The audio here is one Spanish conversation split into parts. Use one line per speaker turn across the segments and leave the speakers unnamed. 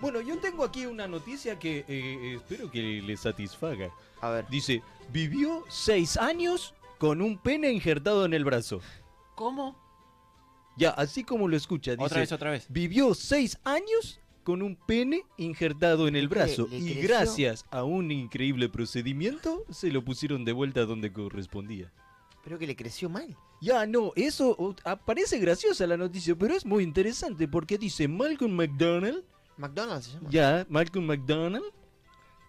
Bueno, yo tengo aquí una noticia que eh, espero que le satisfaga.
A ver.
Dice, vivió seis años con un pene injertado en el brazo.
¿Cómo?
Ya, así como lo escucha, dice,
Otra vez, otra vez.
vivió seis años con un pene injertado en el
¿Le-
brazo
le
y
creció?
gracias a un increíble procedimiento se lo pusieron de vuelta donde correspondía.
Pero que le creció mal.
Ya, no, eso uh, ah, parece graciosa la noticia, pero es muy interesante porque dice Malcolm McDonald,
McDonald's se llama.
ya, Malcolm McDonald,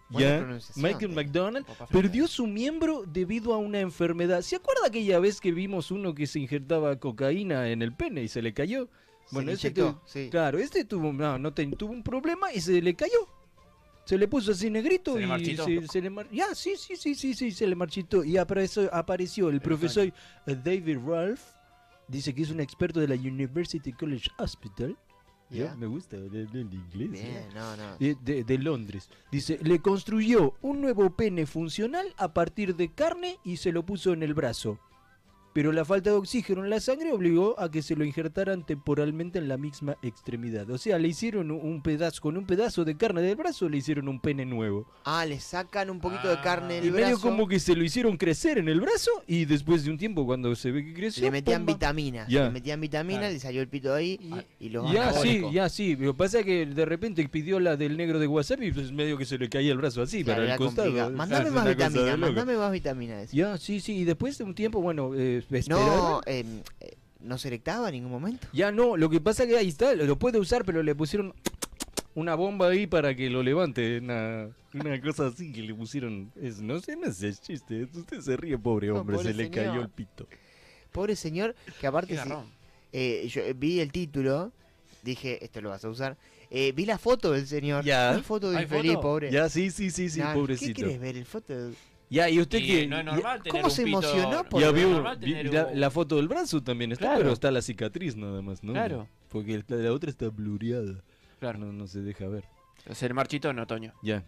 Buena
ya,
pronunciación,
Malcolm
eh.
McDonald
Papá Florida.
perdió su miembro debido a una enfermedad. ¿Se acuerda aquella vez que vimos uno que se injertaba cocaína en el pene y se le cayó?
Se
Bueno,
le
este
inyectó,
tuvo-
sí.
claro, este tuvo, no, no ten- tuvo un problema y se le cayó. Se le puso así negrito
¿Se le
y
marchitó?
se, se le mar- ya, sí, sí, sí, sí, sí, se le marchitó y apareció, apareció el profesor eh, David Ralph, dice que es un experto de la University College Hospital.
Ya.
Ya, Me gusta hablar el inglés. ¿eh?
Bien, no, no.
de, de- de Londres. Dice, le construyó un nuevo pene funcional a partir de carne y se lo puso en el brazo. Pero la falta de oxígeno en la sangre obligó a que se lo injertaran temporalmente en la misma extremidad. O sea, le hicieron un- un pedazo, con un pedazo de carne del brazo le hicieron un pene nuevo.
Ah, le sacan un poquito de
Ah.
carne
Y
del
medio
brazo.
como que se lo hicieron crecer en el brazo y después de un tiempo cuando se ve que creció...
Le metían
¡pumba!
vitaminas.
Ya.
Le metían vitaminas,
Claro.
le salió el pito ahí
Ah,
y los
Ya
bajó.
sí,
Anabólico.
ya sí. Lo que pasa es que de repente pidió la del negro de WhatsApp y pues medio que se le caía el brazo así
Claro,
para
era
el costado.
complicado.
Es
Mandame
una
más
cosa de
vitaminas,
loco.
mandame más vitaminas. decía.
Ya, sí, sí, y después de un tiempo, bueno, eh,
No,
esperaron.
eh, eh, no se erectaba en ningún momento.
Ya no, lo que pasa que ahí está, lo, lo puede usar, pero le pusieron una bomba ahí para que lo levante, una, una cosa así que le pusieron. Es, no sé, no sé, es chiste, usted se ríe, pobre
No,
hombre,
pobre
se le
señor.
cayó el pito.
Pobre señor, que aparte
Qué
sí,
garrón.
eh, yo eh, vi el título, dije, esto lo vas a usar. Eh, vi la foto del señor.
Ya.
La foto del
¿Hay
infeliz,
foto?
pobre.
Ya, sí, sí, sí, sí,
Nah, ¿Qué
pobrecito.
quieres ver? El foto del-
Ya, y usted
Y
que...
no es
ya-
normal tener
¿cómo
un
se
pito-
emocionó por-
no
Ya
es
vio
normal
vi-
tener
la,
un-
la foto del brazo también está,
Claro.
pero está la cicatriz nada más, ¿no?
Claro.
Porque el- la otra está blureada.
Claro.
No, no se deja ver.
O sea, el marchito en otoño.
Ya.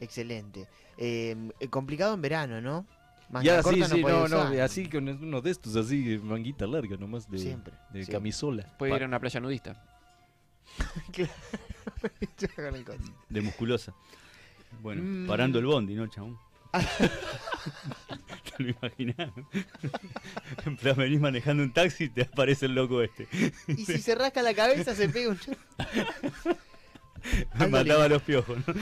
Excelente. Eh, eh, complicado en verano, ¿no? Manga
Ya, sí,
corta
sí,
podía
no, no,
usar.
así con uno de estos, así, manguita larga nomás de,
Siempre,
de
siempre.
camisola.
Puede
Pa-
ir a una playa nudista.
Con el coso.
De musculosa. Bueno,
Mm.
parando el bondi, ¿no, chabón? ¿Te lo imaginás? en plan, venís manejando un taxi y te aparece el loco este.
Y si se rasca la cabeza se pega un...
Me
Algo
mataba
lindo.
los piojos, ¿no?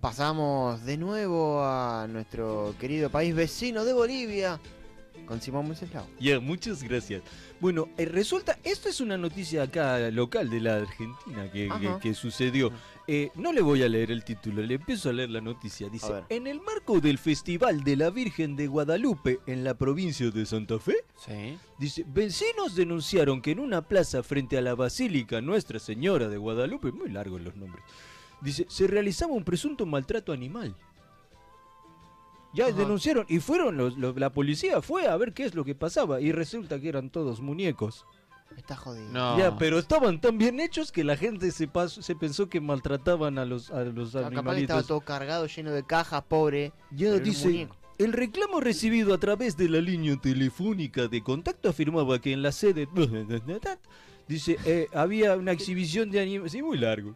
Pasamos de nuevo a nuestro querido país vecino de Bolivia con Simón Monseslao.
Ya, muchas gracias. Bueno, eh, resulta, esto es una noticia acá local de la Argentina que, que-
Ajá.
que sucedió. Eh, no le voy a leer el título, le empiezo a leer la noticia.
A
Dice,
ver.
en el marco del Festival de la Virgen de Guadalupe en la provincia de Santa Fe,
Sí.
Dice, vecinos denunciaron que en una plaza frente a la Basílica Nuestra Señora de Guadalupe, muy largos los nombres, dice, se realizaba un presunto maltrato animal. Ya
Ajá.
denunciaron y fueron, los, los- la policía fue a ver qué es lo que pasaba y resulta que eran todos muñecos.
Está jodido. Ah,
No. Ah,
Ya, pero estaban tan bien hechos que la gente se, pasó- se pensó que maltrataban a los, a los
Ah, Capaz que estaba
animalitos.
todo cargado, lleno de cajas, pobre.
Ya
Pero era un
dice,
muñeco.
el reclamo recibido a través de la línea telefónica de contacto afirmaba que en la sede... Dice, eh, había una exhibición de animales... Sí, muy largo.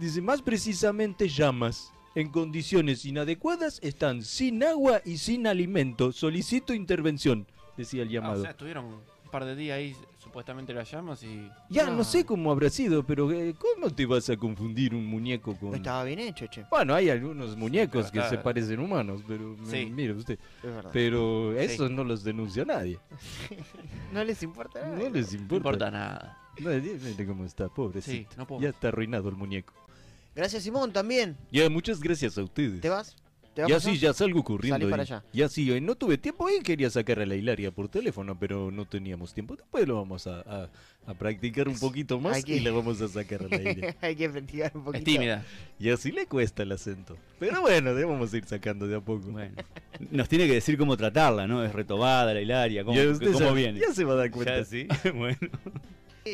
Dice, más precisamente llamas. En condiciones inadecuadas están sin agua y sin alimento. Solicito intervención, decía el
Ah, o
llamado.
sea, estuvieron un par de días ahí, supuestamente lo hallamos y.
ya no.
no.
sé cómo habrá sido, pero eh, ¿cómo te vas a confundir un muñeco con...
No estaba bien hecho, che.
Bueno, hay algunos muñecos que
pero
se
está-
parecen humanos, pero
Sí.
mire usted.
Es verdad.
Pero
Sí.
eso no los denuncia nadie.
No les importa nada.
No les
No
importa.
importa nada.
No, mire cómo está, pobrecito.
Sí, no puedo.
ya está arruinado el muñeco.
Gracias, Simón, también.
Ya, muchas gracias a ustedes.
¿Te vas? ¿Te vas
ya
Monzón?
sí, ya salgo corriendo.
Salí para
eh.
allá.
Ya sí, hoy no tuve tiempo y quería sacar a la Hilaria por teléfono, pero no teníamos tiempo. Después lo vamos a, a- a practicar un poquito más
Hay que-
y la vamos a sacar a la Hilaria.
Hay que investigar un poquito.
Es tímida.
Y así le cuesta el acento. Pero bueno, debemos ir sacando de a poco.
Bueno. Nos tiene que decir cómo tratarla, ¿no? Es retobada la Hilaria, cómo,
ya usted
cómo
sabe-
viene.
ya se va a dar cuenta.
Ya, sí. bueno.